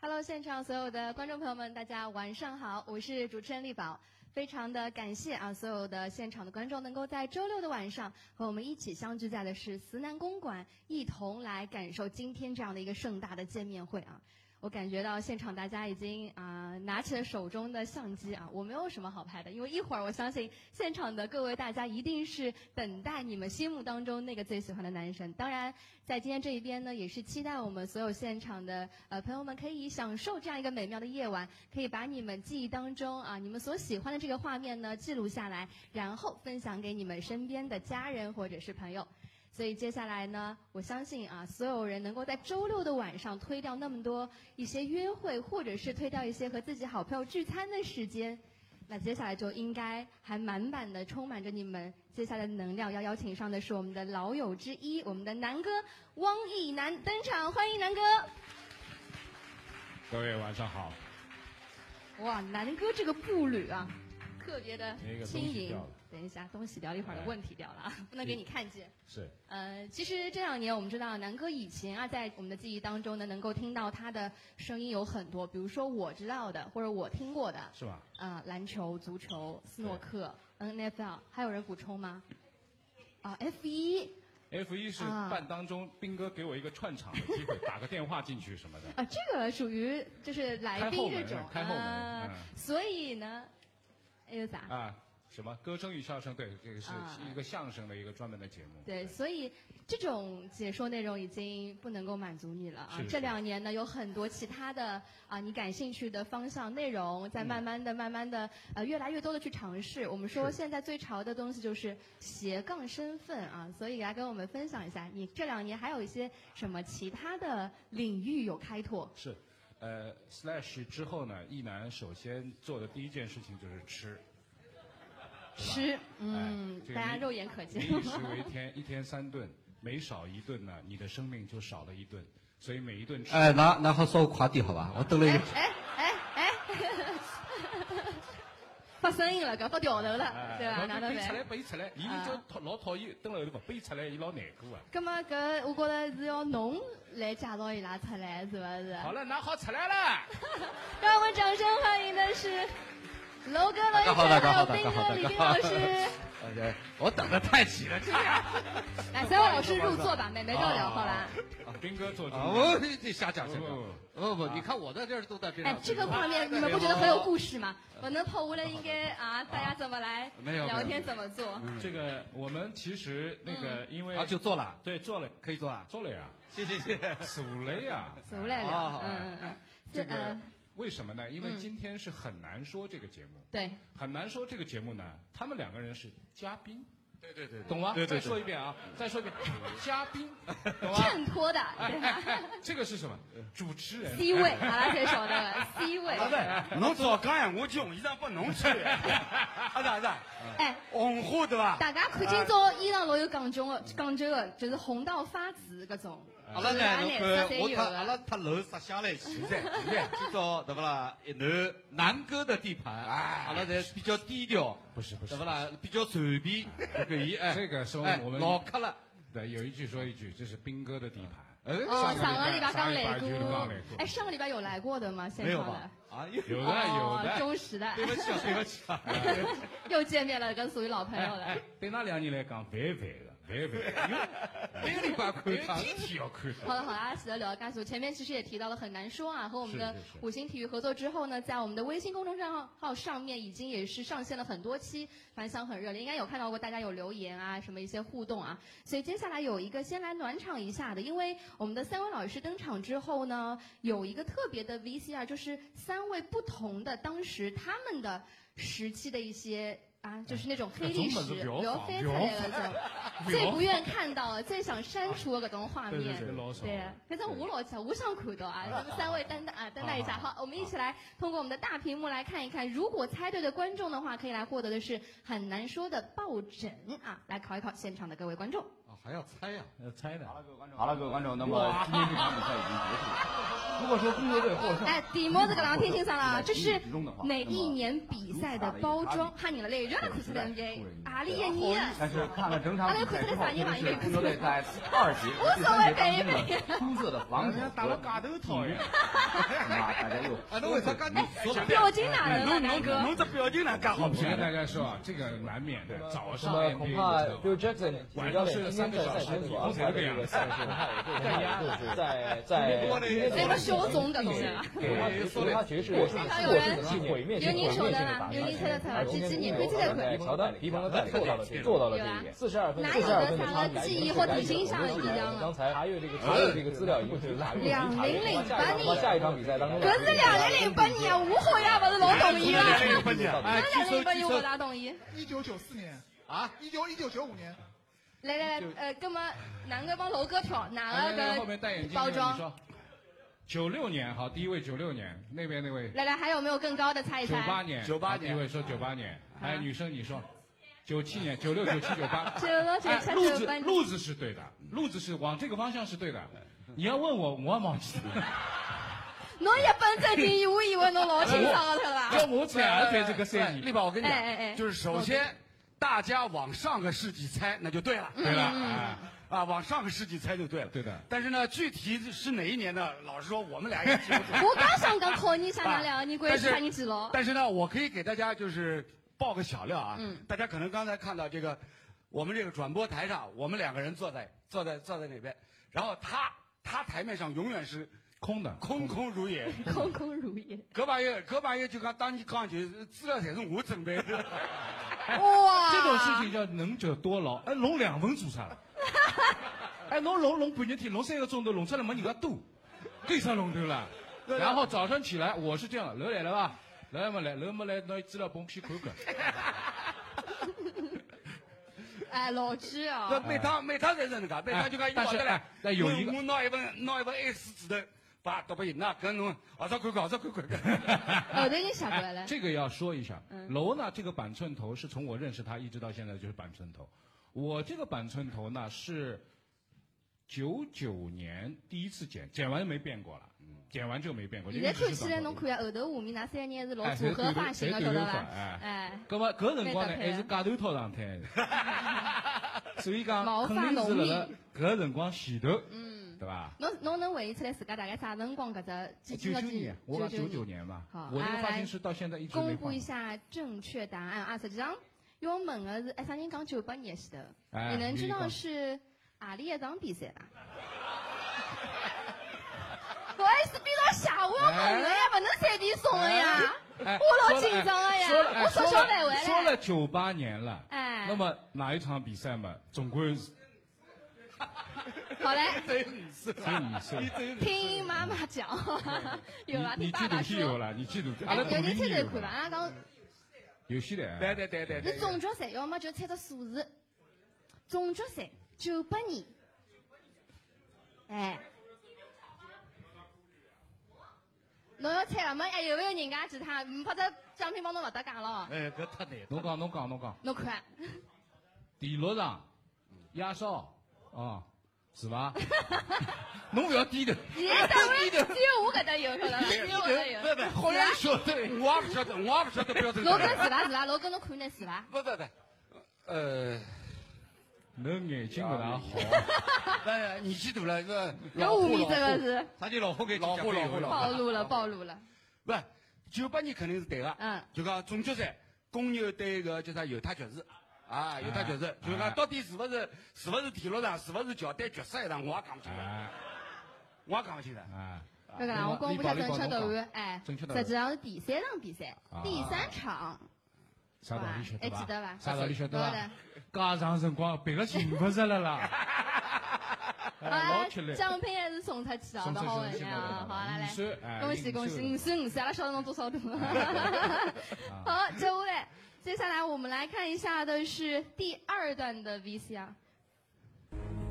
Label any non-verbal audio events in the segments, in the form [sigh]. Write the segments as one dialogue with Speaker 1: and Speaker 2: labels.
Speaker 1: Hello，现场所有的观众朋友们，大家晚上好，我是主持人丽宝，非常的感谢啊，所有的现场的观众能够在周六的晚上和我们一起相聚在的是思南公馆，一同来感受今天这样的一个盛大的见面会啊。我感觉到现场大家已经啊、拿起了手中的相机啊，我没有什么好拍的，因为一会儿我相信现场的各位大家一定是等待你们心目当中那个最喜欢的男神。当然，在今天这一边呢，也是期待我们所有现场的呃朋友们可以享受这样一个美妙的夜晚，可以把你们记忆当中啊你们所喜欢的这个画面呢记录下来，然后分享给你们身边的家人或者是朋友。所以接下来呢，我相信啊，所有人能够在周六的晚上推掉那么多一些约会，或者是推掉一些和自己好朋友聚餐的时间，那接下来就应该还满满的充满着你们接下来的能量。要邀请上的是我们的老友之一，我们的南哥汪一楠登场，欢迎南哥！
Speaker 2: 各位晚上好，
Speaker 1: 哇，南哥这个步履啊，特别的
Speaker 2: 那个东
Speaker 1: 轻
Speaker 2: 西
Speaker 1: 盈
Speaker 2: 掉了。
Speaker 1: 等一下，东西掉了一会儿的
Speaker 2: 哎
Speaker 1: 问题掉了啊，不能给你看见。
Speaker 2: 是
Speaker 1: 呃，其实这两年我们知道，南哥以前啊，在我们的记忆当中呢，能够听到他的声音有很多，比如说我知道的或者我听过的，
Speaker 2: 是吧？
Speaker 1: 啊、篮球、足球、斯诺克、NFL，还呃
Speaker 2: 嗯
Speaker 1: 有人补充吗？啊、f 一
Speaker 2: F 一是
Speaker 1: 啊
Speaker 2: 半当中，斌哥给我一个串场的机会，打个电话进去什么的。
Speaker 1: 啊，这个属于就是来宾这种
Speaker 2: 开后门开后门
Speaker 1: 啊
Speaker 2: 嗯
Speaker 1: 所以呢，哎呦咋？
Speaker 2: 啊，什么歌声与笑声，对，这个是
Speaker 1: 啊
Speaker 2: 是一个相声的一个专门的节目。
Speaker 1: 对，所以这种解说内容已经不能够满足你了啊！
Speaker 2: 是是
Speaker 1: 这两年呢，有很多其他的啊，你感兴趣的方向内容，在慢慢的、慢慢的呃，越来越多的去尝试。我们说
Speaker 2: 嗯是
Speaker 1: 现在最潮的东西就是斜杠身份啊，所以来跟我们分享一下，你这两年还有一些什么其他的领域有开拓？
Speaker 2: 是，呃，Slash 之后呢，一楠首先做的第一件事情就是
Speaker 1: [laughs]
Speaker 2: 吃，
Speaker 1: 吃，嗯，
Speaker 2: 哎这个
Speaker 1: 大家
Speaker 2: 你
Speaker 1: 肉眼可见。
Speaker 2: 民以食为天，一天三顿，每少一顿呢，你的生命就少了一顿，所以每一顿吃。
Speaker 1: 呃
Speaker 3: 哎，那那好稍微快点好吧？我等了一
Speaker 1: 哎
Speaker 3: 会儿。
Speaker 1: 哎哎哎， [laughs] 发声音了，搞发调头了，
Speaker 2: 哎
Speaker 1: 对吧？
Speaker 2: 然
Speaker 1: 哪
Speaker 2: 后
Speaker 1: 能
Speaker 2: 背出
Speaker 1: 办
Speaker 2: 来？背出来，
Speaker 1: 啊
Speaker 2: 伊就讨老讨厌，蹲了后头不背出来，伊老难过啊。
Speaker 1: 咁么搿我觉得是要侬来介绍伊拉出来，是不是？
Speaker 2: 好了，拿好出来了。
Speaker 1: 让我们掌声欢迎的是楼哥、罗
Speaker 3: 大
Speaker 1: 一
Speaker 3: 家
Speaker 1: 晨
Speaker 3: 好，大家
Speaker 1: 还
Speaker 3: 好，
Speaker 1: 有
Speaker 3: 大
Speaker 1: 斌
Speaker 3: 家好，
Speaker 1: 哥、
Speaker 3: 大
Speaker 1: 李
Speaker 3: 家
Speaker 1: 斌
Speaker 3: 好
Speaker 1: 老
Speaker 3: [laughs]
Speaker 1: 师。。
Speaker 3: 哎，我等的太急了，这样
Speaker 1: 来，哎三位老师入座吧，妹妹照聊，好吧？
Speaker 2: 斌哥做主。
Speaker 3: 啊，我这这瞎讲瞎讲
Speaker 2: 不。
Speaker 3: 不不，你看我在这儿都在边
Speaker 1: 哎
Speaker 3: 上。，
Speaker 1: 这个画面你们不觉得很有故事吗？我能跑过来，应该啊，大家怎么来
Speaker 3: 没有没有嗯
Speaker 1: 聊天，怎么做？
Speaker 2: 这个我们其实那个
Speaker 1: 嗯
Speaker 2: 因为
Speaker 3: 啊，就坐了，
Speaker 2: 对做了
Speaker 3: 可以坐啊。
Speaker 2: 做了呀，
Speaker 3: 谢谢谢谢。
Speaker 2: 做了呀。
Speaker 1: 怎么来
Speaker 3: 啊好
Speaker 1: 聊
Speaker 3: 好？好
Speaker 1: 嗯嗯嗯，
Speaker 2: [laughs] 这个
Speaker 1: 呃，
Speaker 2: 为什么呢？因为
Speaker 1: 嗯
Speaker 2: 今天是很难说这个节目，
Speaker 1: 对，
Speaker 2: 很难说这个节目呢。他们两个人是嘉宾，
Speaker 3: 对对对，
Speaker 2: 懂吗？
Speaker 3: 对对
Speaker 2: 再说一遍啊，再 [laughs] 说一遍，嘉宾，懂吗？
Speaker 1: 衬托的，
Speaker 2: 哎
Speaker 1: 对
Speaker 2: 哎
Speaker 1: 吧
Speaker 2: 哎，这个是什么？主持人。
Speaker 1: ？C 位，阿拉才晓得个 C 位。
Speaker 4: 阿仔，侬早讲闲话，穷衣裳拨侬穿。阿仔阿仔，
Speaker 1: 哎，
Speaker 4: 红花对伐？
Speaker 1: 大家看今朝衣裳老有讲究的，讲究的就是红到发紫搿种。
Speaker 3: 阿拉呢，侬
Speaker 1: 色
Speaker 3: 看
Speaker 1: 侪
Speaker 3: 我
Speaker 1: 有
Speaker 3: 他阿拉
Speaker 1: 的。
Speaker 3: 他楼杀下来现在，现在今朝对不啦？一南南哥的地盘，阿拉才比较低调，
Speaker 2: [laughs] 不是不是
Speaker 3: 对不啦？比较随便，可以哎。
Speaker 2: 这个是我
Speaker 3: 哎
Speaker 2: 们
Speaker 3: 老客了。
Speaker 2: 对，有一句说一句，这是斌哥的地盘。
Speaker 3: 哎，
Speaker 1: 哦，上个礼拜刚来
Speaker 2: 呃上个礼拜就
Speaker 1: 过
Speaker 2: 刚来过。
Speaker 1: 哎，上个礼拜有来过的吗？现
Speaker 3: 没有
Speaker 1: 场
Speaker 3: 吧
Speaker 1: 的？？
Speaker 3: 啊，有
Speaker 2: 有的
Speaker 1: 哦
Speaker 2: 有的。
Speaker 1: 忠实的，
Speaker 3: 对不起啊，对不起啊。
Speaker 1: 又见面了，跟属于老朋友
Speaker 2: 哎
Speaker 1: 了
Speaker 2: 哎。，对那两年来讲，烦烦的，烦烦的，
Speaker 3: 每个礼拜看
Speaker 2: 因为
Speaker 3: 他
Speaker 2: 天天要看
Speaker 1: 好
Speaker 2: 的。
Speaker 1: 了好了，阿喜的聊甘肃，前面其实也提到了很难说啊。和我们的
Speaker 2: 是是是
Speaker 1: 五星体育合作之后呢，在我们的微信公众账号上面已经也是上线了很多期，反响很热烈，应该有看到过大家有留言啊，什么一些互动啊。所以接下来有一个先来暖场一下的，因为我们的三位老师登场之后呢，有一个特别的 VCR，就是三位不同的当时他们的时期的一些。啊，就是那种黑历史，
Speaker 2: 搿种物事
Speaker 1: 刘
Speaker 2: 不要放
Speaker 1: 飞
Speaker 2: 不要
Speaker 1: 才有那种
Speaker 2: 放
Speaker 1: 最不愿看到的、最想删除的各种画
Speaker 2: 对对
Speaker 1: 面
Speaker 2: 对，。老少。
Speaker 1: 对，反正我老讲，我想看到啊，咱们三位担当啊，担待一下。好，我们一起来通过我们的大屏幕来看一看，如果猜对的观众的话，可以来获得的是很难说的抱枕啊，来考一考现场的各位观众。
Speaker 3: 啊，啊，还要猜呀、
Speaker 5: 呃，猜的。
Speaker 4: 好了，各位观众，那么今天这场比赛已经结束了。如果说中国队获胜，
Speaker 1: 哎，底摸子个狼听清爽了啊，这是
Speaker 4: 中的话
Speaker 1: 哪一？年比赛的包装？哈尼了嘞，热了苦斯的 NBA，阿里耶尼，
Speaker 4: 但是看了整场比赛之后，是中国队在二节
Speaker 1: 无
Speaker 4: 和第
Speaker 1: 所
Speaker 4: 三
Speaker 1: 谓
Speaker 4: 节当
Speaker 1: 北
Speaker 4: 中
Speaker 1: 美。
Speaker 4: 的出色的防守和
Speaker 2: 都讨厌。
Speaker 4: 那大家又
Speaker 3: 啊，那我才刚你说了。
Speaker 1: 表情哪能了，南哥？
Speaker 4: 这表情来干好
Speaker 2: 我只跟大家说啊，这个难免的，早上
Speaker 1: 哎
Speaker 6: 那么
Speaker 2: NBA
Speaker 6: 恐怕
Speaker 2: 就
Speaker 6: Bill Jackson 主教练今天在赛前所安排的这个赛事，在在
Speaker 1: 那个熊总的东西啊。
Speaker 6: 给给他爵士过去的去毁灭性、毁灭性的打哎乔丹、皮蓬的带做到了这做到了这一点，四十二分，四十二分的差距，刚才查阅这个查阅这个资料已经是下一场比赛当中，
Speaker 1: 格子两零零八年五虎呀，我的龙懂一啊！
Speaker 3: 哎，
Speaker 1: 格
Speaker 3: 据说
Speaker 1: 子两零零八
Speaker 3: 据
Speaker 1: 年我
Speaker 3: 说
Speaker 1: 打懂一。
Speaker 7: 一九九四年
Speaker 3: 啊，
Speaker 7: 一九一九九五年，
Speaker 1: 来来来，呃，哥们，南哥帮楼哥挑哪
Speaker 2: 来来来，
Speaker 1: 个
Speaker 2: 哎后面戴眼
Speaker 1: 的
Speaker 2: 镜
Speaker 1: 包装？
Speaker 2: 说，九六年好，第一位九六年，那边那位
Speaker 1: 来来，还有没有更高的猜一
Speaker 2: 九
Speaker 1: 猜？
Speaker 2: 八年，啊
Speaker 3: 98
Speaker 2: 好第一位说九八年，还有女生你说九七年、九六、九七、九八。
Speaker 1: 这个这
Speaker 2: 哎，
Speaker 1: 猜
Speaker 2: 路
Speaker 1: 这
Speaker 2: 子
Speaker 1: 班，
Speaker 2: 路子是对的，路子是往这个方向是对的。你要问我，我忘 [laughs] 记了。
Speaker 1: 侬一本正经，我以为侬老清爽的了吧？
Speaker 2: 就我猜，而且这个赛
Speaker 4: 立
Speaker 2: 季，
Speaker 4: 宝，我跟你
Speaker 1: 哎哎哎
Speaker 4: 讲，就是首先大家往上个世纪猜，那就对了，
Speaker 2: 对了，
Speaker 1: 嗯
Speaker 2: 哎
Speaker 4: 啊，往上个世纪猜就对了。
Speaker 2: 对的。
Speaker 4: 但是呢，具体是哪一年呢？老实说，我们俩也记不住。
Speaker 1: 我刚想讲考你，想哪两，你关系看你几牢？
Speaker 4: 但是呢，我可以给大家就是爆个小料啊，
Speaker 1: 嗯
Speaker 4: 大家可能刚才看到这个，我们这个转播台上，我们两个人坐在坐在坐在那边，然后他他台面上永远是
Speaker 2: 空
Speaker 1: 啊
Speaker 2: 的，
Speaker 4: 空空
Speaker 2: [laughs]
Speaker 4: 如也。
Speaker 1: 空空如也。
Speaker 4: 隔把月隔把月就讲当你讲就是资料才是我准备
Speaker 2: 啊
Speaker 4: 的，
Speaker 1: 哇！
Speaker 2: 这种事情叫能者多劳。哎，弄两份
Speaker 1: [laughs]
Speaker 2: 做啥了？哎，侬弄弄半日天，弄三个钟头，弄出来没人家多，干啥弄头了？然后早上起来，我是这样，楼来了吧？楼还没来，楼没来，拿资料本先看看。
Speaker 1: 哎，老师
Speaker 4: 那
Speaker 1: 啊，
Speaker 4: 每趟每趟才是那个，每趟就讲一
Speaker 2: 但
Speaker 4: 跑
Speaker 2: 是
Speaker 4: 得来
Speaker 2: 哎，那有一个
Speaker 4: 我拿一份拿一份 A 四纸的，把读不赢那跟侬啊，这看看，啊，这看
Speaker 2: [laughs]
Speaker 4: 看。
Speaker 1: 我都已经想过来
Speaker 2: 哎
Speaker 1: 了，。
Speaker 2: 这个要说一下，
Speaker 1: 嗯
Speaker 2: 楼呢这个板寸头是从我认识他一直到现在就是板寸头，我这个板寸头呢是九九年第一次剪，剪完就没变过了，剪完就没变过。
Speaker 1: 现在
Speaker 2: 就一
Speaker 1: 看
Speaker 2: 直
Speaker 1: 起
Speaker 2: 是
Speaker 1: 来，侬
Speaker 2: 短头
Speaker 1: 看啊，后头五米那三年是老
Speaker 2: 哎
Speaker 1: 组合
Speaker 2: 谁
Speaker 1: 发型的，
Speaker 2: 谁
Speaker 1: 晓得
Speaker 2: 短头发
Speaker 1: 吧？
Speaker 2: 哎
Speaker 1: 哎，
Speaker 2: 那么搿辰光呢，
Speaker 1: 啊
Speaker 2: 哎还是假头套
Speaker 1: [laughs]
Speaker 2: 上摊，所以讲
Speaker 1: 毛
Speaker 2: 肯
Speaker 1: 发
Speaker 2: 定是
Speaker 1: 浓密
Speaker 2: 辣辣搿辰光前头，
Speaker 1: 嗯，
Speaker 2: 对伐？
Speaker 1: 侬侬能回忆出来自家大概啥辰光搿只
Speaker 2: 九
Speaker 1: 几
Speaker 2: 啊九
Speaker 1: 几
Speaker 2: 年，我讲九九年嘛
Speaker 1: 好，
Speaker 2: 我这个
Speaker 1: 来
Speaker 2: 发
Speaker 1: 来
Speaker 2: 型师到现在一直没
Speaker 1: 公
Speaker 2: 换过
Speaker 1: 布一。下正确答案啊！实际上要问的是，哎，啥人讲九八年前头？
Speaker 2: 哎
Speaker 1: 你能知
Speaker 2: 你
Speaker 1: 道
Speaker 2: 讲
Speaker 1: 是阿里一场比赛
Speaker 2: [laughs]
Speaker 1: 吧？不好意思，比较啊下我要问的呀，不能随便送的呀，
Speaker 2: 哎
Speaker 1: 我老
Speaker 2: 说了
Speaker 1: 紧张了呀
Speaker 2: 说了哎
Speaker 1: 我
Speaker 2: 说
Speaker 1: 说小百
Speaker 2: 了
Speaker 1: 回嘞
Speaker 2: 说了九八年了，
Speaker 1: 哎，
Speaker 2: 那么哪一场比赛嘛，总归是
Speaker 1: 好
Speaker 2: [laughs]
Speaker 1: 嘞，
Speaker 2: 只有你是。
Speaker 1: 听妈妈讲，有了，
Speaker 2: 你
Speaker 1: 听爸
Speaker 2: 你记
Speaker 1: 爸
Speaker 2: 住是有
Speaker 1: 说，
Speaker 2: 了，你记住，阿
Speaker 1: 哎，
Speaker 2: 拉
Speaker 1: 有
Speaker 2: 同
Speaker 1: 人
Speaker 2: 龄
Speaker 1: 猜猜
Speaker 2: 人
Speaker 1: 看吧，阿拉讲
Speaker 2: 有些
Speaker 4: 对
Speaker 2: 的，
Speaker 4: 对对对
Speaker 1: 你
Speaker 4: 对。
Speaker 1: 总决赛要么就猜到数字，总决赛九八年，哎，侬要猜了没？还有没有人家其他？唔，或者奖品帮侬勿搭界了。
Speaker 3: 哎，搿太难了。
Speaker 2: 侬讲侬讲侬讲，
Speaker 1: 侬
Speaker 2: [laughs]
Speaker 1: 看，
Speaker 2: 第六场压哨啊，
Speaker 1: [laughs]
Speaker 2: 是伐？
Speaker 3: 侬不要低头，
Speaker 1: 现在单位只有我搿搭有，晓得伐？只有我搿搭有。
Speaker 3: 不不，好像晓得。
Speaker 4: 我也不晓得，我也不晓得标准
Speaker 1: 老哥是伐是伐？老哥侬看呢是伐？
Speaker 2: [laughs]
Speaker 4: 不不不，呃，
Speaker 2: 侬眼睛勿大好，啊
Speaker 4: 那你记住了，这
Speaker 1: 搿
Speaker 4: 老
Speaker 1: 五
Speaker 4: 虎
Speaker 1: 米
Speaker 4: 老
Speaker 1: 这个
Speaker 4: 虎，
Speaker 1: 是
Speaker 3: 啥叫老虎给
Speaker 4: 老虎老虎老
Speaker 1: 暴露了，暴露了。
Speaker 4: 不，九八年肯定是对的。
Speaker 1: 嗯，
Speaker 4: 就讲总决赛，公牛对个叫啥犹他爵士，啊，犹他爵士，就是讲到底是不是是不是第六场，是不是乔丹决赛一场，我也讲不清楚，
Speaker 2: 哎
Speaker 4: 我也讲不清楚。
Speaker 2: 哎，
Speaker 1: 搿个啦，我公布一下正确答案，哎，
Speaker 2: 正确答
Speaker 1: 实
Speaker 2: 案
Speaker 1: 际上是第三场比赛
Speaker 2: 啊，
Speaker 1: 第三场，
Speaker 2: 啥道理晓得
Speaker 1: 哎还记
Speaker 2: 伐？
Speaker 1: 得伐？
Speaker 2: 啥道理晓得
Speaker 1: 晓得
Speaker 2: 伐？介长辰光，别个寻勿着了啦，
Speaker 1: 啊
Speaker 2: 哎老吃力。
Speaker 1: 奖品还是送出去啊，
Speaker 2: 送
Speaker 1: 不
Speaker 2: 出去
Speaker 1: 好问
Speaker 2: 送出去
Speaker 1: 呀啊，
Speaker 2: 送出去
Speaker 1: 好来来
Speaker 2: 五，十哎
Speaker 1: 恭喜恭喜，
Speaker 2: 五
Speaker 1: 五
Speaker 2: 十
Speaker 1: 十五十，阿拉晓得侬多少度？
Speaker 2: 哎
Speaker 1: 好，接 [laughs] 下
Speaker 2: 啊
Speaker 1: 来，接下来我们来看一下的是第二段的 VCR，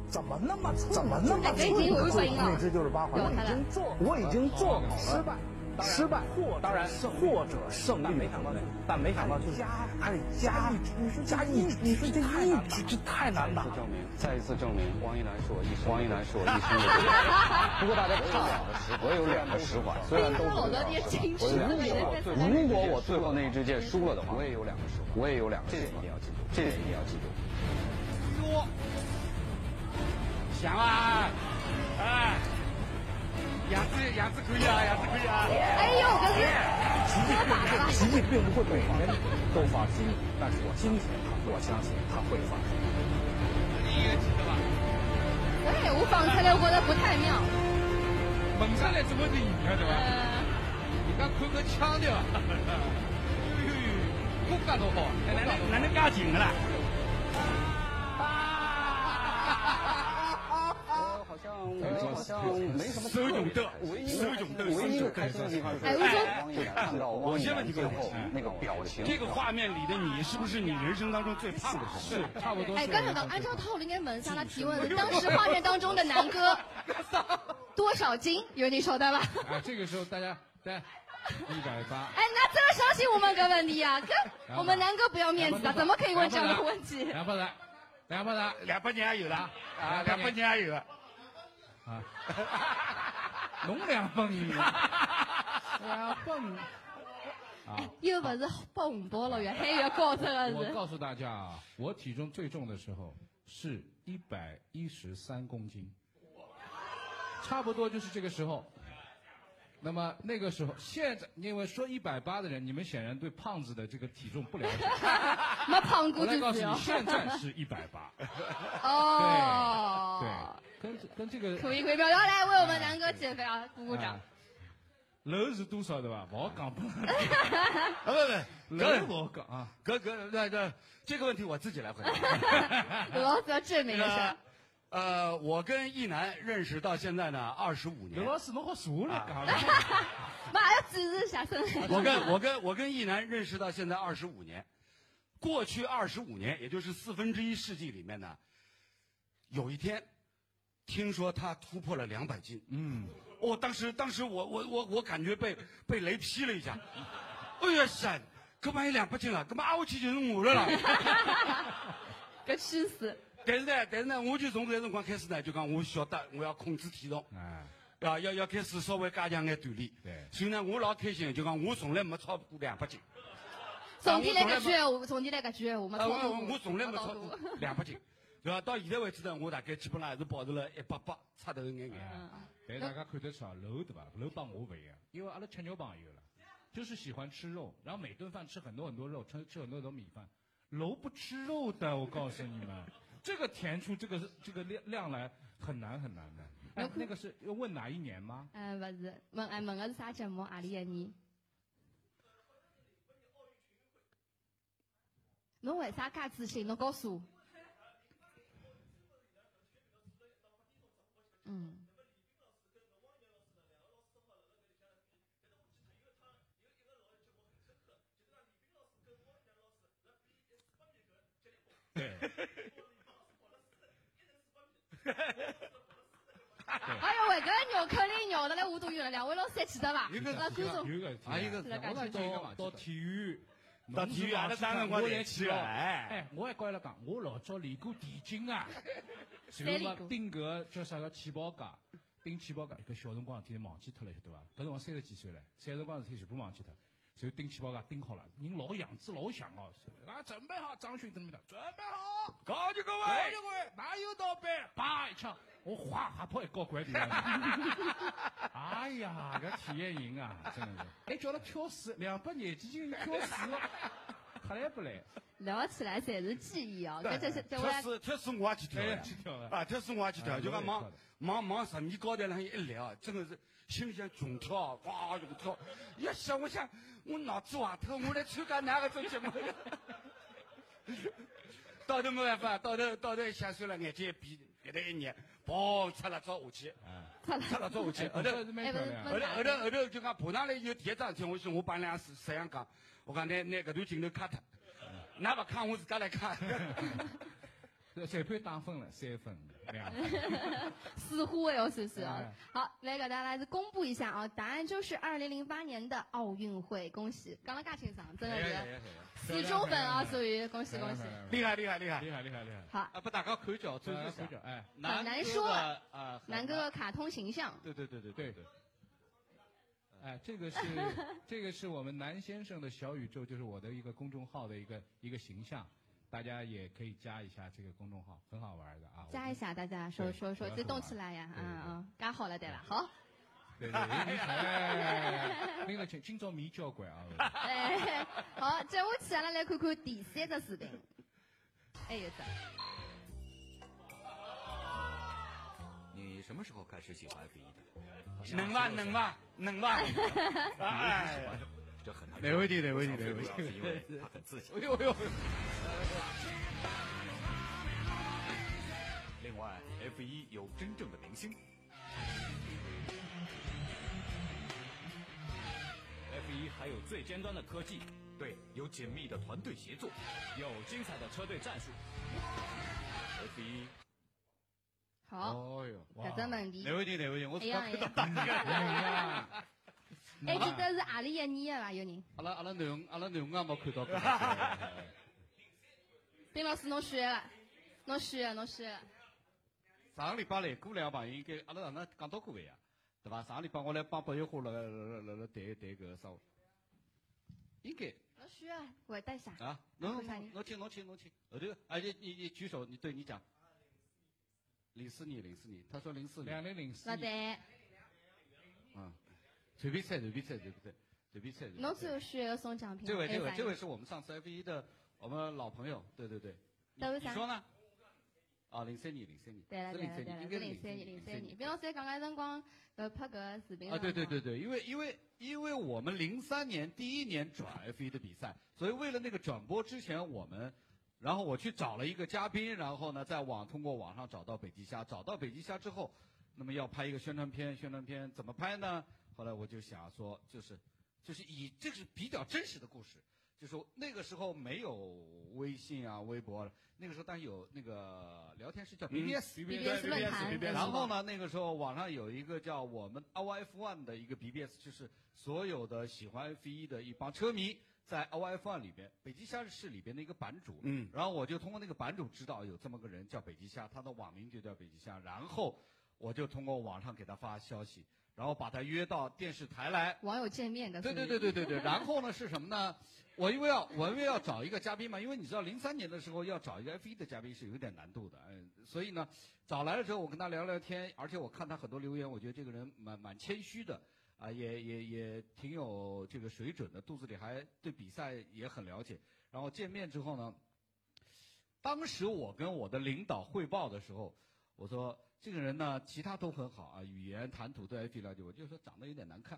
Speaker 8: 怎么那么怎么那么啊
Speaker 1: 哎，这已经有回音了，
Speaker 8: 这就是八环，
Speaker 1: 有他了，
Speaker 8: 哎我已经做好了失败，失败，
Speaker 6: 当然
Speaker 8: 或者胜利，
Speaker 6: 但没想到，但没想到就是
Speaker 8: 加还得加，你说加意志，你说这意志这太难打。
Speaker 6: 证明，再一次证明，汪一楠是我一生，汪一楠是我一生的最爱。不过大家看啊，我有两个十环，虽然都是
Speaker 1: 我都
Speaker 6: 两个十
Speaker 1: 清楚
Speaker 6: 环，
Speaker 1: 了，
Speaker 6: 我如果我最后那一支箭输了的话，我也有两个十环，我也有两个十环，这点一定要记住，这点一定要记住。
Speaker 4: 哟，响啊！哎，样子样子可以啊，样子可以啊。
Speaker 1: 哎呦，可是多打的吧？
Speaker 8: 奇迹并不会每天都发生，但是我今天我相信它会发生。
Speaker 4: 你也记得吧？
Speaker 1: 哎，我放出来我觉得不太妙。
Speaker 2: 问上来怎么是赢的对吧？
Speaker 1: 呃，
Speaker 2: 人家看个腔调，呦呦呦，骨架都好，哎
Speaker 4: 哪
Speaker 2: 哪
Speaker 4: 能
Speaker 2: 能
Speaker 4: 哪能加紧的啦？
Speaker 6: 我好像我好像没什么特
Speaker 4: 手
Speaker 6: 别
Speaker 4: 囧
Speaker 6: 的
Speaker 4: 斗，
Speaker 6: 唯一
Speaker 4: 手囧斗，
Speaker 6: 唯一一
Speaker 4: 手
Speaker 6: 个
Speaker 4: 囧
Speaker 6: 开心的地方是，
Speaker 1: 哎我说
Speaker 6: 汪一楠看到汪一楠最后那个表情，
Speaker 4: 这个画面里的你是不是你人生当中最胖的时候？
Speaker 2: 差不多
Speaker 1: 哎，
Speaker 2: 是。
Speaker 1: 刚想到，按照套路应该问萨拉提问，当时画面当中的南
Speaker 2: [laughs]
Speaker 1: 哥多少斤？有你晓得吧？
Speaker 2: 啊，这个时候大家，大家一百八，
Speaker 1: 哎，那这个相信我们个问题啊，跟我们南哥不要面子的，怎么可以问这样的问题？
Speaker 2: [laughs] 两百来，两百来，
Speaker 4: 两百年也有了啊，两
Speaker 2: 两
Speaker 4: 百
Speaker 2: 百
Speaker 4: 年也有了。
Speaker 2: 啊，侬两分一，两分。啊，
Speaker 1: 哎又不是包红包了，越喊越高，这个
Speaker 2: 我
Speaker 1: 是。
Speaker 2: 告诉大家啊，我体重最重的时候是一百一十三公斤，差不多就是这个时候。那么那个时候，现在因为说一百八的人，你们显然对胖子的这个体重不了
Speaker 1: [laughs]
Speaker 2: 解。
Speaker 1: 没胖
Speaker 2: 我
Speaker 1: 过
Speaker 2: 来
Speaker 1: 自
Speaker 2: 告诉
Speaker 1: 己
Speaker 2: 你，
Speaker 1: 哦。
Speaker 2: 现在
Speaker 1: [laughs]
Speaker 2: 是一百八。对
Speaker 1: 哦，，
Speaker 2: 跟这跟这个
Speaker 1: 可以可以，表扬来为我们南哥减肥啊，鼓鼓掌
Speaker 2: 啊。楼是多少对吧？不好讲，不好
Speaker 4: 啊不不，
Speaker 2: 楼
Speaker 4: 搿
Speaker 2: 不好讲啊。
Speaker 4: 搿搿那那这个问题我自己来回答。
Speaker 1: 有老子要证明
Speaker 4: 那
Speaker 1: 一下
Speaker 4: [laughs] 个。呃，我跟一楠认识到现在呢二十五
Speaker 2: 刘
Speaker 4: 年。
Speaker 2: 老师，侬好坐了，讲了。
Speaker 1: 妈要指日下生。
Speaker 4: 我跟我跟我跟一楠认识到现在二十五年，过去二十五年，也就是四分之一世纪里面呢，有一天，听说他突破了两百斤，
Speaker 2: 嗯，
Speaker 4: 我、当时当时我我我我感觉被被雷劈了一下，哎呀闪，搿万一两百斤了，搿么挨下去就是我 [laughs] 了啦。
Speaker 1: 个气死！
Speaker 4: 但是呢，但是呢，我就从搿辰光开始呢，就讲我晓得我要控制体重，
Speaker 2: 哎，
Speaker 4: 啊，要要开始稍微加强眼锻炼。
Speaker 2: 对
Speaker 4: 所以呢，我老开心，就讲我从来没超过两百斤。
Speaker 1: 总体来搿句闲话，总体来搿句闲话，我没
Speaker 4: 啊，
Speaker 1: 操
Speaker 4: 我
Speaker 1: 过。
Speaker 4: 我从来没超
Speaker 1: 过
Speaker 4: 过。两百斤，对吧？到现在为止呢，我大概基本上还是保持了一百八出头眼眼。
Speaker 1: 嗯
Speaker 2: 哎但是大家看得出啊，楼对吧？楼帮我不一样，因为阿拉吃肉朋友了，就是喜欢吃肉，然后每顿饭吃很多很多肉，吃吃很多很多米饭。楼不吃肉的，我告诉你们，这个填出这个这个量量来很难很难的。哎，那个是要问哪一年吗？
Speaker 1: 嗯，勿是，问哎问个是啥节目？何里一年？侬为啥介自信？侬告诉我。
Speaker 2: [laughs]
Speaker 1: 嗯。
Speaker 2: 对，
Speaker 1: 哎呦喂，搿个绕口令绕得来我都晕了。两位老师还记得伐？
Speaker 4: 有搿
Speaker 1: 那
Speaker 4: 记
Speaker 1: 观
Speaker 4: 得
Speaker 1: 众
Speaker 2: 有一个哎
Speaker 3: 啊，一个
Speaker 1: 是的
Speaker 3: 我
Speaker 1: 感觉
Speaker 3: 来
Speaker 1: 到
Speaker 3: 做一个嘛，
Speaker 2: 到体育，啊
Speaker 4: 哎到体育啊阿拉三个辰光
Speaker 2: 我
Speaker 4: 联
Speaker 2: 也
Speaker 4: 系
Speaker 2: 去
Speaker 4: 了，
Speaker 2: 了。
Speaker 4: 哎，
Speaker 2: 哎，我还跟伊拉讲，我老早练过田径 [laughs] 啊，
Speaker 1: 哪
Speaker 2: 然
Speaker 1: 里
Speaker 2: 后
Speaker 1: 过
Speaker 2: 嘛顶搿个叫啥个起跑架，顶起跑架，搿小辰光事体忘记脱了，晓得伐？搿辰光三十几岁了，三十辰光事体全部忘记脱。然后顶起跑架顶好了，人老样子老像哦。啊，准备好，张勋怎么的？准备好，
Speaker 4: 高级各
Speaker 2: 各位各位，哪有倒背？叭一枪，我哗哈跑一高拐 [laughs] 点。哎呀，搿体验营啊，真的是，还叫他挑水，两百廿几斤挑水， [laughs] 还来不来？
Speaker 1: 聊起来侪是记忆哦。搿这这这我
Speaker 4: 跳
Speaker 1: 来
Speaker 4: 水跳水我也去跳
Speaker 2: 哎
Speaker 4: 呀
Speaker 2: 呀，去跳了。
Speaker 4: 啊，跳水我也去跳，
Speaker 2: 哎
Speaker 4: 就讲
Speaker 2: 我也
Speaker 4: 往
Speaker 2: 跳的
Speaker 4: 往往十米高台上一立啊，真的是心里想穷跳，哇穷跳，一想我想我脑子坏脱，我来参加哪个种节目？ [laughs] 到头没办法，到头到头一下算了，眼睛一闭，鼻头一捏，砰，擦了照下去，
Speaker 3: 啊
Speaker 4: 擦了照下去，后头。
Speaker 2: 是蛮漂亮
Speaker 1: 哎
Speaker 2: 的。
Speaker 4: 后头后头后头就讲爬上来以后，第一桩事体，我想我帮人家摄摄像讲，
Speaker 3: 嗯
Speaker 4: 我讲拿拿搿段镜头卡脱，㑚勿看我自家来看。
Speaker 2: 裁判打分了三分，两分。
Speaker 1: 似乎哎，哦，是是哦
Speaker 2: 哎。
Speaker 1: 好，来给大家来公布一下啊，答案就是二零零八年的奥运会，恭喜！刚刚尬清爽，真的
Speaker 2: 哎
Speaker 1: 是死忠粉啊，属于恭喜恭喜。
Speaker 2: 厉
Speaker 3: 害厉害厉害
Speaker 2: 厉害厉害厉害！
Speaker 1: 好，
Speaker 3: 啊，不，大家看叫，
Speaker 2: 大
Speaker 3: 展
Speaker 2: 家
Speaker 3: 示一
Speaker 2: 看
Speaker 3: 下
Speaker 2: 着，。哎，
Speaker 1: 很难
Speaker 3: 哥
Speaker 1: 说
Speaker 3: 的
Speaker 2: 呃
Speaker 3: 啊，
Speaker 1: 南哥哥卡通形象，
Speaker 3: 对对对对对，
Speaker 2: 哎，这个是这个是我们南先生的小宇宙，就是我的一个公众号的一个一个形象，大家也可以加一下这个公众号，很好玩的啊。
Speaker 1: 加一下大家说
Speaker 2: 对
Speaker 1: 说说，
Speaker 2: 主要
Speaker 1: 激
Speaker 2: 是
Speaker 1: 动
Speaker 2: 玩
Speaker 1: 起来呀！啊
Speaker 2: 对对对
Speaker 1: 啊，嘎好了对吧？好，
Speaker 2: 对对对，哎，那个今今朝迷交关啊。
Speaker 1: 哎， [laughs] 好，接下去阿拉来看看第三个视频，还有啥？
Speaker 5: 你什么时候开始喜欢 F 一的？啊
Speaker 4: 能吧能吧
Speaker 1: [laughs]
Speaker 4: 能吧，哎，
Speaker 5: 哎，这很难。
Speaker 2: 哪位弟哪位弟
Speaker 5: 我想
Speaker 2: 哪位弟
Speaker 5: 最主要是因为他很自信。
Speaker 2: 呦呦！
Speaker 5: 另外，F 一有真正的明星。F 一还有最尖端的科技，对，有紧密的团队协作，有精彩的车队战术。F 一
Speaker 1: 好，
Speaker 2: 哦哟，哇
Speaker 1: 搿只问题
Speaker 3: 哪，位弟哪位弟，我
Speaker 1: 哎呀哎呀，
Speaker 2: [laughs]
Speaker 1: 还记得是阿里一年的伐？有人，
Speaker 4: 阿拉阿拉囡恩阿拉囡恩也没
Speaker 1: [laughs]
Speaker 4: 看到。
Speaker 1: 丁老师侬选了，侬选了，侬选了，
Speaker 4: 上个礼拜来过来个朋友，应该阿拉哪能讲到过呀？对伐？上个礼拜我来帮白月花辣辣辣辣辣谈谈搿个啥，应该
Speaker 1: 侬选了，我带啥？
Speaker 4: 啊，
Speaker 1: 我
Speaker 4: 侬
Speaker 1: 看你
Speaker 4: 侬听侬听侬听，后头而且你你举手，你对你讲，零四年零四年，他说零四
Speaker 2: 两
Speaker 4: 年，
Speaker 2: 零零四
Speaker 1: 勿，对，
Speaker 4: 嗯，随便猜随便猜随便猜随便猜。随便猜
Speaker 1: 侬最后选了送奖品，啊
Speaker 4: 这位这位
Speaker 1: 还有啥
Speaker 4: 这位是我们上次 F 一的我们老朋友，对对对，你
Speaker 1: 都是
Speaker 4: 你
Speaker 1: 啥
Speaker 4: 说呢？啊，零三年零三年，
Speaker 1: 对了
Speaker 4: 是
Speaker 1: 对
Speaker 4: 零
Speaker 1: 了对
Speaker 4: 三年，
Speaker 1: 了，
Speaker 4: 应该
Speaker 1: 是
Speaker 4: 是
Speaker 1: 零三
Speaker 4: 三
Speaker 1: 年零三年。
Speaker 4: 年
Speaker 1: 别。老师讲讲辰光呃拍搿个视频
Speaker 4: 啊，对对对
Speaker 1: 对，
Speaker 4: 对，因为因为因为我们零三年第一年转 F 一的比赛，所以为了那个转播之前我们，然后我去找了一个嘉宾，然后呢在网通过网上找到北极虾，找到北极虾之后，那么要拍一个宣传片，宣传片怎么拍呢？后来我就想说，就是就是以这是比较真实的故事，就是那个时候没有微信啊、微博，那个时候当然有那个聊天室叫 BBS，、
Speaker 1: BBS 论坛，
Speaker 4: 然后呢，那个时候网上有一个叫我们 OF One 的一个 BBS，就是所有的喜欢 F1 的一帮车迷在 OF One 里边，北极虾是里边的一个版主。
Speaker 3: 嗯，
Speaker 4: 然后我就通过那个版主知道有这么个人叫北极虾，他的网名就叫北极虾。然后我就通过网上给他发消息，然后把他约到电视台来。
Speaker 1: 网友见面的，
Speaker 4: 对对对对对对。然后呢是什么呢？我因为要我因为要找一个嘉宾嘛，因为你知道零三年的时候要找一个 F1 的嘉宾是有点难度的，嗯，所以呢，找来了之后我跟他聊聊天，而且我看他很多留言，我觉得这个人蛮蛮谦虚的。啊，也也也挺有这个水准的，肚子里还对比赛也很了解。然后见面之后呢，当时我跟我的领导汇报的时候，我说这个人呢，其他都很好啊，语言谈吐对 F1 了解，我就说长得有点难看。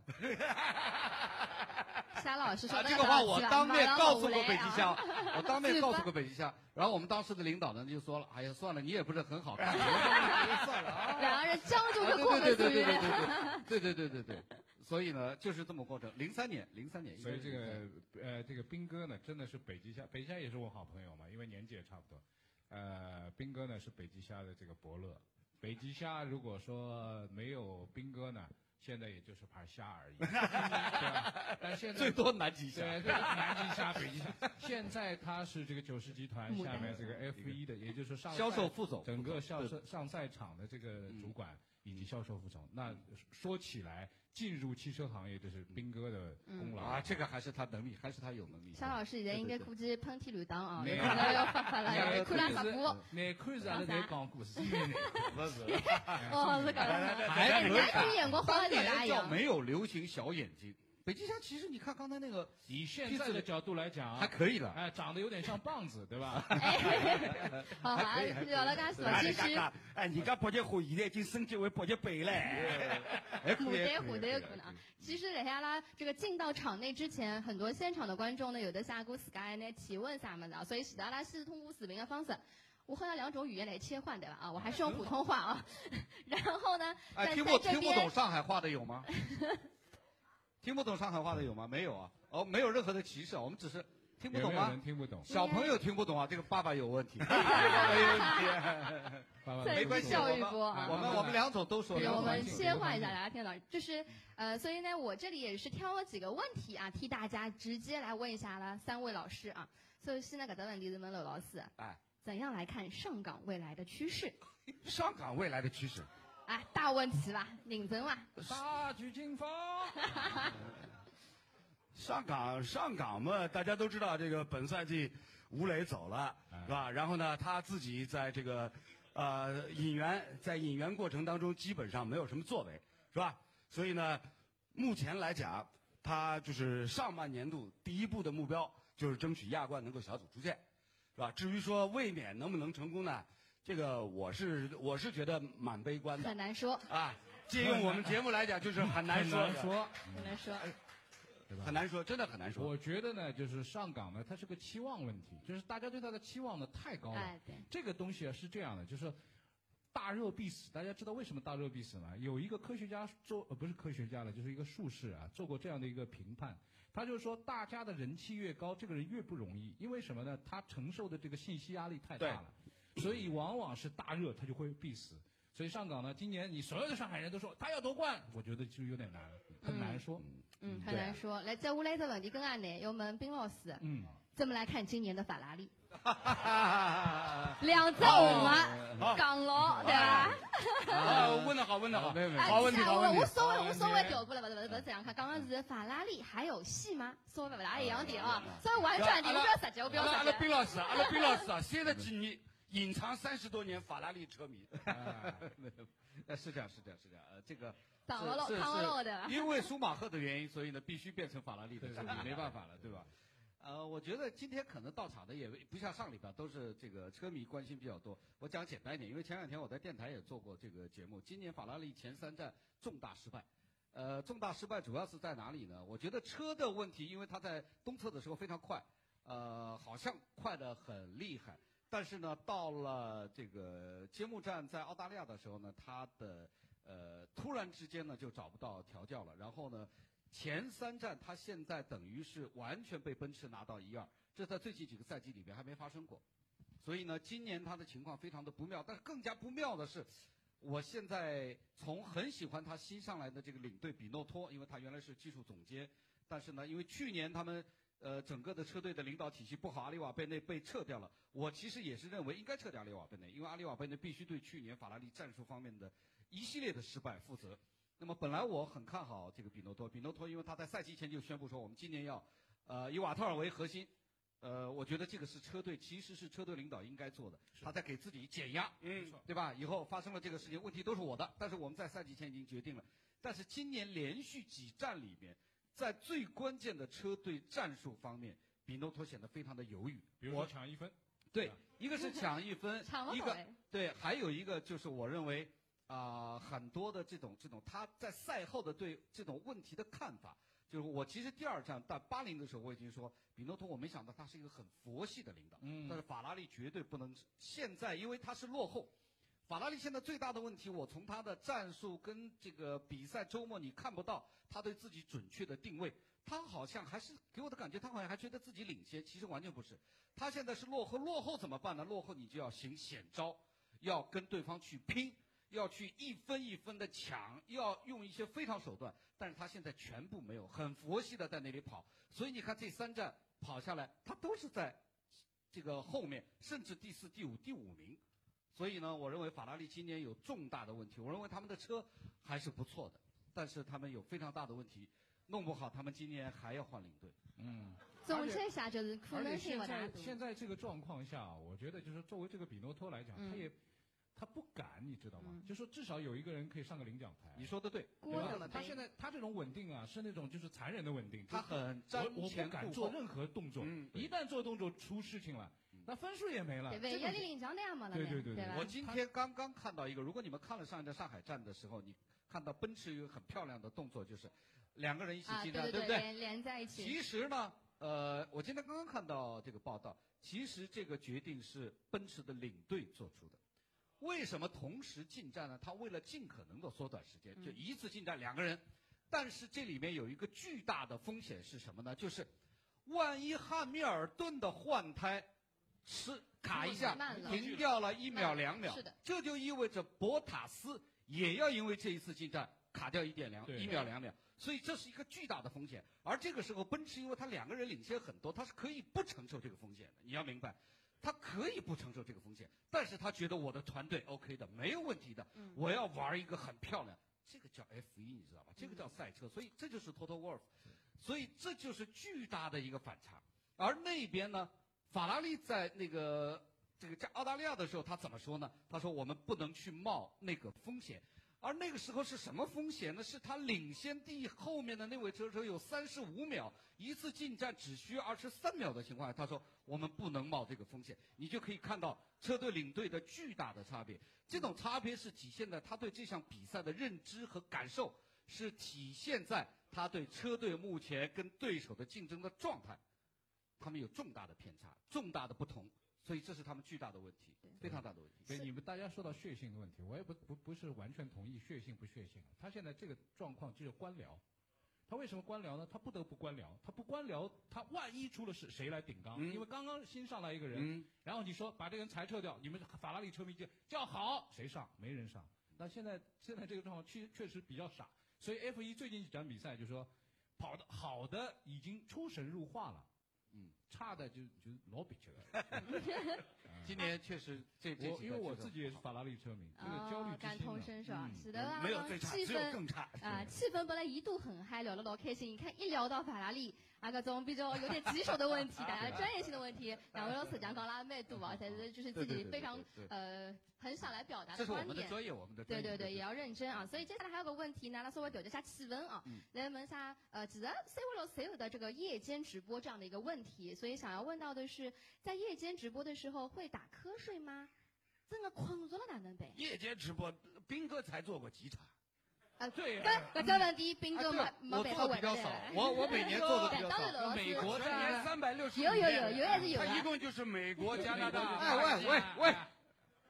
Speaker 1: 沙老师说
Speaker 4: 啊，
Speaker 1: 大
Speaker 4: 这
Speaker 1: 家
Speaker 4: 个
Speaker 1: 都
Speaker 4: 话
Speaker 1: 要
Speaker 4: 我
Speaker 1: 去了
Speaker 4: 当面
Speaker 1: 马上
Speaker 4: 告
Speaker 1: 我
Speaker 4: 诉过
Speaker 1: 来
Speaker 4: 北极
Speaker 1: 啊
Speaker 4: 虾，我当面
Speaker 1: 自
Speaker 4: 告诉
Speaker 1: 发
Speaker 4: 过北极虾。然后我们当时的领导呢就说了：“哎呀，算了，你也不是很好
Speaker 1: [laughs]
Speaker 4: 看，我说算了啊。
Speaker 1: 两个人僵住
Speaker 4: 啊”
Speaker 1: 个过
Speaker 4: 对
Speaker 1: 门
Speaker 4: 对
Speaker 1: 属
Speaker 4: 对对
Speaker 1: 于
Speaker 4: 对对对对对对对对。所以呢，就是这么过程。零三年，零三年，
Speaker 2: 所以这
Speaker 4: 应该是03
Speaker 2: 个
Speaker 4: 年
Speaker 2: 呃，这个斌哥呢，真的是北极虾，北极虾也是我好朋友嘛，因为年纪也差不多。呃，斌哥呢是北极虾的这个伯乐，北极虾如果说没有斌哥呢，现在也就是盘虾而已，对 [laughs] 吧？但现在
Speaker 4: 最多南极虾。
Speaker 2: 对，对，南极虾、北极虾。现在他是这个九十集团下面这个 F 一的，也就是上
Speaker 4: 销售
Speaker 2: 赛
Speaker 4: 副总，
Speaker 2: 整个销
Speaker 4: 对
Speaker 2: 售上赛场的这个主管以及销售副总。那说起来，进入汽车行业这是斌哥的功劳
Speaker 4: 啊，这个还是他能力，还是他有能力。
Speaker 1: 沙老师现在应该
Speaker 4: 对对对
Speaker 1: 估计喷嚏乱打啊，
Speaker 2: 没
Speaker 1: 有
Speaker 2: 有
Speaker 1: 可能要发 [laughs] 发了，
Speaker 2: 哎
Speaker 1: 要看拉
Speaker 2: 这
Speaker 1: 直
Speaker 2: 个是啊
Speaker 1: 播。
Speaker 2: 难看是阿拉在讲故事，因为
Speaker 3: 不是，
Speaker 1: [laughs] 哦，是搿
Speaker 4: [laughs]
Speaker 1: 个。哎，
Speaker 4: 还可以
Speaker 1: 男女眼光好
Speaker 4: 当
Speaker 1: 像有
Speaker 4: 年
Speaker 1: 哪
Speaker 4: 叫 [laughs]
Speaker 1: 样？
Speaker 4: 没有流行小眼睛。北极虾其实你看刚才那个
Speaker 2: [laughs] 以现在的角度来讲
Speaker 4: 还
Speaker 2: 啊，
Speaker 4: 可以了，
Speaker 2: 哎，长得有点像棒子，对吧？
Speaker 1: 哎， [laughs] 好好，聊了介许多，
Speaker 4: 啊
Speaker 1: 其实
Speaker 3: 哎，哎，人家北极花现在已经升级为北极贝了。
Speaker 1: [laughs]
Speaker 4: 还哎可
Speaker 1: 牡
Speaker 4: 以。啊
Speaker 1: 丹
Speaker 4: 还可以
Speaker 1: 牡丹有可能啊。其实在阿拉这个进到场内之前，很多现场的观众呢，有的下过 Sky 呢提问啥么子啊，所以许得阿拉是通过视频的方式。我好像两种语言来切换，对吧？啊，我还是用普通话
Speaker 4: [laughs]
Speaker 1: 啊。然后呢，
Speaker 4: 哎，
Speaker 1: 在
Speaker 4: 听不
Speaker 1: 在这
Speaker 4: 听不懂
Speaker 1: 边
Speaker 4: 上海话的
Speaker 1: [laughs]
Speaker 4: 有吗？听不懂上海话的有吗？没有啊，哦，没有任何的歧视啊，我们只是听不懂
Speaker 2: 有
Speaker 4: 吗？
Speaker 2: 没有人听不懂？
Speaker 4: 小朋友听不懂啊，这个爸爸有问
Speaker 1: [laughs]
Speaker 4: 题。
Speaker 2: 爸爸
Speaker 1: 再
Speaker 4: 没关系，
Speaker 1: 教
Speaker 4: 我
Speaker 1: 育
Speaker 4: 们
Speaker 1: 波啊
Speaker 4: 我们我们梁总都说
Speaker 1: 对，
Speaker 4: 了，
Speaker 1: 我
Speaker 2: 环
Speaker 1: 们
Speaker 2: 境
Speaker 1: 切
Speaker 2: 多
Speaker 1: 换
Speaker 2: 环
Speaker 1: 一下，
Speaker 2: 境
Speaker 1: 大家听到就是呃，所以呢，我这里也是挑了几个问题啊，替大家直接来问一下啦，三位老师啊。所以现在搿只问题啊是问刘老师，
Speaker 4: 哎，
Speaker 1: 怎样来看上港未来的趋势？
Speaker 4: 上港未来的趋势。
Speaker 1: 哎，大问题吧，认真吧。
Speaker 2: 大举进发。
Speaker 3: 上港上港嘛，大家都知道，这个本赛季吴磊走了，
Speaker 2: 哎
Speaker 3: 是吧？然后呢，他自己在这个呃引援，在引援过程当中基本上没有什么作为，是吧？所以呢，目前来讲，他就是上半年度第一步的目标就是争取亚冠能够小组出线，是吧？至于说卫冕能不能成功呢？这个我是我是觉得蛮悲观的
Speaker 1: 很难说，
Speaker 3: 啊。借用我们节目来讲，就是很难
Speaker 2: [laughs] 很
Speaker 3: 说
Speaker 2: 难
Speaker 3: 的，
Speaker 2: 说，
Speaker 1: 很难说。
Speaker 3: 很难说，真的很难说。
Speaker 2: 我觉得呢，就是上港呢，它是个期望问题，就是大家对它的期望呢太高了。
Speaker 1: 哎，对，
Speaker 2: 这个东西啊是这样的，就是大热必死。大家知道为什么大热必死吗？有一个科学家做，呃，不是科学家了，就是一个术士啊，做过这样的一个评判。他就是说，大家的人气越高，这个人越不容易，因为什么呢？他承受的这个信息压力太大了，所以往往是大热他就会必死。所以上港呢，今年你所有的上海人都说他要夺冠，我觉得就有点难，很难说。
Speaker 1: 嗯，很
Speaker 2: 对
Speaker 1: 难说。来，再下来一个问题更难的，要问冰老师，
Speaker 2: 嗯，
Speaker 1: 怎么来看今年的法拉利？
Speaker 4: 啊，
Speaker 1: 两只红啊，
Speaker 3: 好
Speaker 1: 港佬对吧？
Speaker 3: 啊，问的好，问的好，
Speaker 4: 没有没有
Speaker 1: 啊，
Speaker 3: 好问题，
Speaker 1: 接下来
Speaker 3: 好
Speaker 1: 我
Speaker 3: 问题
Speaker 1: 无。所谓，
Speaker 2: 好
Speaker 1: 无
Speaker 2: 问题
Speaker 1: 所谓，调过来，不是不是不是这样看。刚刚是法拉利还有戏吗？稍微不大一样点啊，稍微婉转点，我不要直接，我不要
Speaker 3: 阿拉阿
Speaker 1: 直
Speaker 3: 拉
Speaker 1: 接。
Speaker 3: 冰老师，阿拉冰老师啊，现在几年隐藏三十多年法拉利车迷，
Speaker 4: 呃，是这样，是这样，是这样。呃，这个
Speaker 1: 挡了喽，
Speaker 4: 是是
Speaker 1: 扛了喽，对吧？，
Speaker 4: 因为舒马赫的原因，所以呢，必须变成法拉利的
Speaker 2: 对
Speaker 4: 车迷
Speaker 2: 对，对
Speaker 4: 没办法了，对吧？呃，我觉得今天可能到场的也不像上礼拜，都是这个车迷关心比较多。我讲简单一点，因为前两天我在电台也做过这个节目，今年法拉利前三站重大失败。呃，重大失败主要是在哪里呢？我觉得车的问题，因为它在东侧的时候非常快，呃，好像快得很厉害，但是呢，到了这个揭幕战在澳大利亚的时候呢，它的呃突然之间呢就找不到调教了，然后呢，前三站它现在等于是完全被奔驰拿到一二，这在最近几个赛季里边还没发生过。所以呢，今年它的情况非常的不妙。但是更加不妙的是，我现在从很喜欢他新上来的这个领队比诺托，因为他原来是技术总监，但是呢，因为去年他们呃整个的车队的领导体系不好，阿里瓦贝内被撤掉了。我其实也是认为应该撤掉阿里瓦贝内，因为阿里瓦贝内必须对去年法拉利战术方面的一系列的失败负责。那么本来我很看好这个比诺托，比诺托因为他在赛季前就宣布说我们今年要，呃以瓦特尔为核心，呃我觉得这个是车队其实是车队领导应该做的，他在给自己减压，
Speaker 3: 嗯，
Speaker 4: 对吧？以后发生了这个事情，问题都是我的。但是我们在赛季前已经决定了。但是今年连续几站里面，在最关键的车队战术方面，比诺托显得非常的犹豫。
Speaker 2: 比如说抢一分，
Speaker 4: 对，一个是抢一分
Speaker 1: 抢了
Speaker 4: 一
Speaker 1: 好
Speaker 4: 个
Speaker 1: 哎，
Speaker 4: 对，还有一个就是我认为啊、很多的这种这种他在赛后的对这种问题的看法，就是我其实第二站到巴林的时候我已经说，比诺托我没想到他是一个很佛系的领导，
Speaker 2: 嗯
Speaker 4: 但是法拉利绝对不能现在因为他是落后。法拉利现在最大的问题，我从他的战术跟这个比赛周末你看不到他对自己准确的定位，他好像还是给我的感觉，他好像还觉得自己领先，其实完全不是。他现在是落后，落后怎么办呢？落后你就要行险招，要跟对方去拼，要去一分一分的抢，要用一些非常手段。但是他现在全部没有，很佛系的在那里跑。所以你看这三站跑下来，他都是在这个后面，甚至第四、第五、第五名。所以呢，我认为法拉利今年有重大的问题。我认为他们的车还是不错的，但是他们有非常大的问题，弄不好他们今年还要换领队。
Speaker 2: 嗯。
Speaker 1: 总结一下就是可
Speaker 2: 而且
Speaker 1: 能性
Speaker 2: 现
Speaker 1: 不大
Speaker 2: 在
Speaker 1: 多。
Speaker 2: 现在这个状况下啊，我觉得就是作为这个比诺托来讲，
Speaker 1: 嗯
Speaker 2: 他也他不敢，你知道吗？
Speaker 1: 嗯
Speaker 2: 就说至少有一个人可以上个领奖台。
Speaker 4: 你说的对，
Speaker 1: 郭
Speaker 2: 对
Speaker 1: 总
Speaker 2: 吧
Speaker 1: 的
Speaker 2: 他现在他这种稳定啊，是那种就是残忍的稳定，
Speaker 4: 他
Speaker 2: 就是
Speaker 4: 很瞻
Speaker 2: 我我
Speaker 4: 前
Speaker 2: 不
Speaker 4: 顾
Speaker 2: 敢
Speaker 4: 后
Speaker 2: 做。任何动作，
Speaker 4: 嗯对
Speaker 2: 一旦做动作出事情了，那分数也没了。
Speaker 1: 对不对？
Speaker 2: 这
Speaker 1: 压
Speaker 2: 种
Speaker 1: 力领奖那样嘛了呗，
Speaker 2: 对对对对
Speaker 1: 吧？
Speaker 4: 我今天刚刚看到一个，如果你们看了上一站上海站的时候，你看到奔驰有一个很漂亮的动作，就是两个人一起
Speaker 1: 啊，
Speaker 4: 进
Speaker 1: 对
Speaker 4: 站，
Speaker 1: 对
Speaker 4: 不
Speaker 1: 对，
Speaker 4: 对？
Speaker 1: 连连在一起，
Speaker 4: 其实呢，呃，我今天刚刚看到这个报道，其实这个决定是奔驰的领队做出的。为什么同时进站呢？他为了尽可能的缩短时间，
Speaker 1: 嗯
Speaker 4: 就一次进站两个人。但是这里面有一个巨大的风险是什么呢？就是万一汉密尔顿的换胎是卡一下
Speaker 1: 慢了
Speaker 4: 停掉了一秒
Speaker 1: 慢了
Speaker 4: 两秒
Speaker 1: 是的，
Speaker 4: 这就意味着博塔斯也要因为这一次进站卡掉一点两
Speaker 2: 对
Speaker 4: 一秒两秒，所以这是一个巨大的风险。而这个时候，奔驰因为它两个人领先很多，它是可以不承受这个风险的。你要明白，他可以不承受这个风险，但是他觉得我的团队 OK 的，没有问题的，
Speaker 1: 嗯
Speaker 4: 我要玩一个很漂亮。这个叫 F 一，你知道吧？这个叫赛车，所以这就是 Total Wolf，所以这就是巨大的一个反差。而那边呢，法拉利在那个这个在澳大利亚的时候，他怎么说呢？他说我们不能去冒那个风险。而那个时候是什么风险呢？是他领先第一后面的那位车手有三十五秒，一次进站只需二十三秒的情况下，他说我们不能冒这个风险。你就可以看到车队领队的巨大的差别。这种差别是体现在他对这项比赛的认知和感受，是体现在他对车队目前跟对手的竞争的状态，他们有重大的偏差，重大的不同，所以这是他们巨大的问题
Speaker 1: 对，
Speaker 4: 非常大的问题。
Speaker 2: 对，
Speaker 1: 是
Speaker 2: 你们大家说到血性的问题，我也不不不是完全同意血性不血性。他现在这个状况就是官僚，他为什么官僚呢？他不得不官僚，他不官僚，他万一出了事，谁来顶缸？
Speaker 3: 嗯
Speaker 2: 因为刚刚新上来一个人，
Speaker 3: 嗯，
Speaker 2: 然后你说把这个人裁撤掉，你们法拉利车迷就叫好，谁上？没人上。那现在现在这个状况确确实比较傻，所以 F 一最近几场比赛就说，跑的好的已经出神入化了，
Speaker 4: 嗯，
Speaker 2: 差的就就老比去了。
Speaker 3: [laughs]
Speaker 4: 今年确实这 [laughs] 这
Speaker 2: 我
Speaker 4: 几
Speaker 2: 因
Speaker 4: 个
Speaker 2: 为我
Speaker 4: 确实
Speaker 2: 自己也是法拉利车迷，这个焦虑
Speaker 1: 哦，
Speaker 2: 之
Speaker 1: 感
Speaker 2: 心
Speaker 1: 同
Speaker 2: 呢
Speaker 1: 身受啊
Speaker 2: 嗯，
Speaker 1: 使得啊
Speaker 3: 没
Speaker 4: [laughs]
Speaker 3: 有最差，
Speaker 1: 气
Speaker 3: 只有
Speaker 1: 氛
Speaker 3: 更差。
Speaker 1: 啊，气氛本来一度很嗨，聊得老开心。你看一聊到法拉利，啊，搿种比较有点棘手的问题，大家专业性的问题，两位老师讲讲啦咩度啊，才是就是自
Speaker 4: 对对
Speaker 1: 己非
Speaker 4: 对对
Speaker 1: 常
Speaker 4: 对
Speaker 1: 呃很想来表达
Speaker 4: 这
Speaker 1: 的
Speaker 4: 是我
Speaker 1: 观
Speaker 4: 们的
Speaker 1: 点。
Speaker 4: 专业，我们的专
Speaker 1: 对
Speaker 4: 业。
Speaker 1: 对对，也要认真啊！所以接下来还有个问题呢，那稍微调节一下气温啊
Speaker 4: 嗯，
Speaker 1: 来问一下，呃，其实三位老师有的这个夜间直播这样的一个问题，所以想要问到的是，在夜间直播的时候会打瞌睡吗？真的困着了哪能办？
Speaker 3: 夜间直播，斌哥才做过几场，
Speaker 1: 啊
Speaker 2: 对
Speaker 1: 搿搿只问题，斌
Speaker 4: 哎
Speaker 1: 哥
Speaker 4: 对
Speaker 1: 没
Speaker 4: 了
Speaker 1: 没
Speaker 4: 我
Speaker 1: 办法
Speaker 4: 做的
Speaker 1: 回
Speaker 4: 比较
Speaker 1: 答
Speaker 4: 少
Speaker 1: 的，
Speaker 4: 我我每年做的比较
Speaker 1: 当然
Speaker 4: 少。
Speaker 1: 了，
Speaker 3: 美国全年三百六十
Speaker 1: 有有有有还是有
Speaker 3: 他一
Speaker 1: 的。
Speaker 3: 共就是美国、加拿大、
Speaker 4: 哎
Speaker 3: 巴
Speaker 4: 喂
Speaker 3: 西
Speaker 4: 喂喂，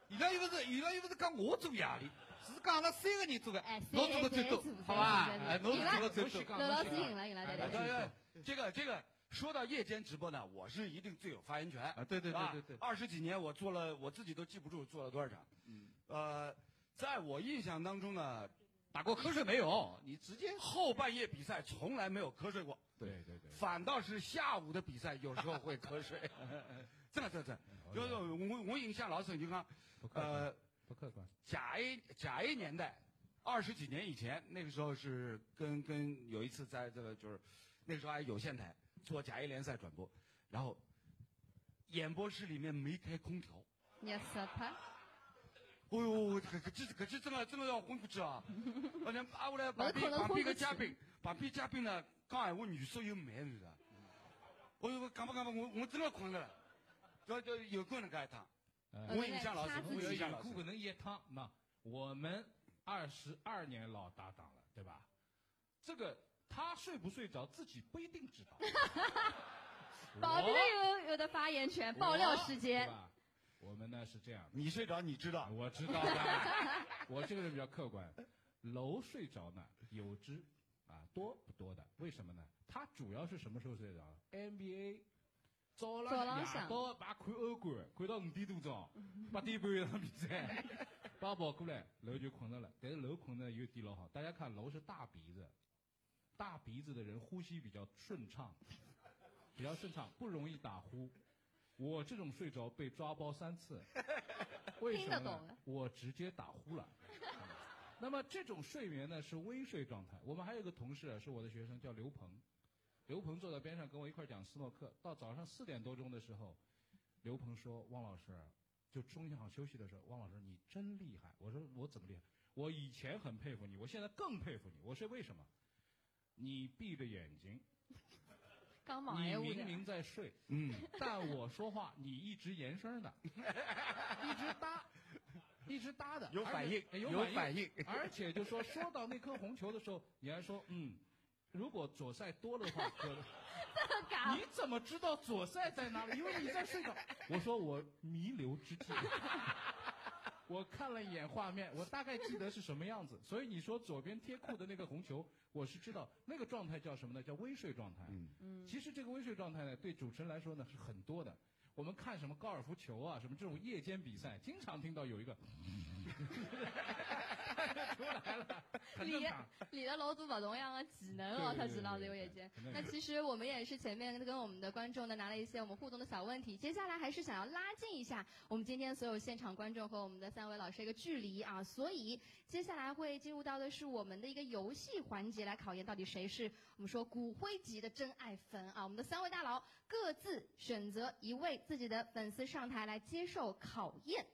Speaker 4: 伊拉又不是伊拉又不是讲我做压力，是讲阿拉三个人做的
Speaker 1: 哎，
Speaker 4: 侬做的最多，好吧？哎，侬
Speaker 1: 赢
Speaker 4: 是
Speaker 1: 了
Speaker 4: 做的最多。
Speaker 1: 刘老师赢了，赢了，对
Speaker 3: 哎
Speaker 1: 对
Speaker 3: 对
Speaker 1: 对。
Speaker 3: 对，这个这个，说到夜间直播呢，我是一定最有发言权。
Speaker 4: 啊，对对对对对，
Speaker 3: 二十几年我做了，我自己都记不住做了多少场。
Speaker 4: 嗯
Speaker 3: 呃，在我印象当中呢，
Speaker 4: 打过瞌睡没有？你直接
Speaker 3: 后半夜比赛从来没有瞌睡过，
Speaker 2: 对对对，
Speaker 3: 反倒是下午的比赛有时候会瞌睡。 [laughs] 真的真的，真的就是我我印象老深，就讲
Speaker 2: 不客观，
Speaker 3: 呃，
Speaker 2: 不客观。
Speaker 3: 甲 A 甲 A 年代，二十几年以前，那个时候是跟跟有一次在这个就是，那个时候还有线台做甲 A 联赛转播，然后演播室里面没开空调，
Speaker 1: 也是拍，
Speaker 3: 哎呦，可可这可这真的真的要昏过去啊！而且啊，我来旁边旁边个嘉宾，旁边嘉宾呢讲闲话语速又慢，是吧？哎呦，我讲吧讲吧，我我真的困了，就就有过那个一趟，
Speaker 2: 呃，
Speaker 3: 我印象老深，我印象老
Speaker 2: 顾不
Speaker 3: 深。
Speaker 2: 能噎汤。那我们二十二年老搭档了，对吧？这个他睡不睡着，自己不一定知
Speaker 1: [laughs]
Speaker 2: 道。
Speaker 1: 保证
Speaker 2: 我
Speaker 1: 有有的发言权，爆料时
Speaker 2: 对
Speaker 1: 间。
Speaker 2: 吧？我们呢是这样
Speaker 3: 你睡着你知
Speaker 2: 的，
Speaker 3: 道，
Speaker 2: 我知道的，我这个人比较客观。楼睡着呢，有之啊多不多的？为什么呢？他主要是什么时候睡着？NBA
Speaker 1: 早
Speaker 2: 早浪
Speaker 1: 浪
Speaker 2: 夜
Speaker 1: 向
Speaker 2: 到把看欧冠，看到五点多钟，八点半有场比赛，把跑过来，楼就困着了。但是楼困着有一点老好，大家看楼是大鼻子，大鼻子的人呼吸比较顺畅，比较顺畅，不容易打呼。我这种睡着被抓包
Speaker 1: [laughs]
Speaker 2: 三次，为什
Speaker 1: 听
Speaker 2: 么
Speaker 1: 得懂
Speaker 2: 呢？我直接打呼了。那么这种睡眠呢是微睡状态。我们还有一个同事啊，是我的学生，叫刘鹏。刘鹏坐在边上跟我一块儿讲斯诺克，到早上四点多钟的时候，刘鹏说：“汪老师，就中间好休息的时候，汪老师你真厉害。”我说：“我怎么厉害？我以前很佩服你，我现在更佩服你。我说为什么？你闭着眼睛，
Speaker 1: 刚忙
Speaker 2: 你
Speaker 1: 哎，我
Speaker 2: 明明在睡，
Speaker 3: 嗯，
Speaker 2: [laughs] 但我说话你一直延
Speaker 3: [laughs]
Speaker 2: 伸的，一直搭，一直搭的，
Speaker 3: 有反应
Speaker 2: 而且，哎有
Speaker 3: 有
Speaker 2: 反应。
Speaker 3: 反应，
Speaker 2: 而且就说说到那颗红球的时候，你还说嗯，如果左塞多了
Speaker 3: [laughs]
Speaker 2: 的话，可能
Speaker 1: 嘎
Speaker 2: 你怎么知道
Speaker 3: [laughs]
Speaker 2: 左塞在哪里？因为你在睡着。我说我弥留之际，我看了一眼画面，我大概记得是什么样子。所以你说左边贴裤的那个红球，我是知道那个状态叫什么呢？叫微睡状态。
Speaker 1: [laughs]
Speaker 2: 嗯，其实这个微睡状态呢，对主持人来说呢是很多的。我们看什么高尔夫球啊，什么这种夜间比赛，经常听到有一个 [laughs] 出来了，很正
Speaker 1: 你
Speaker 2: 常。
Speaker 1: 你的楼主不同样的技能哦，
Speaker 2: 对对
Speaker 1: 他
Speaker 2: 对
Speaker 1: 知道的
Speaker 2: 对
Speaker 1: 有
Speaker 2: 对
Speaker 1: 眼见
Speaker 2: 可
Speaker 1: [laughs]
Speaker 2: 能。
Speaker 1: 那
Speaker 2: 是
Speaker 1: 其实我们也是前面跟我们的观众呢拿了一些我们互动的小问题，接下来还是想要拉近一下我们今天所有现场观众和我们的三位老师一个距离啊，所以接下来会进入到的是我们的一个啊游戏环节，来考验到底谁是我们说骨灰级的真爱粉啊。我们的三位大佬各自选择一位自己的粉丝上台来接受考验。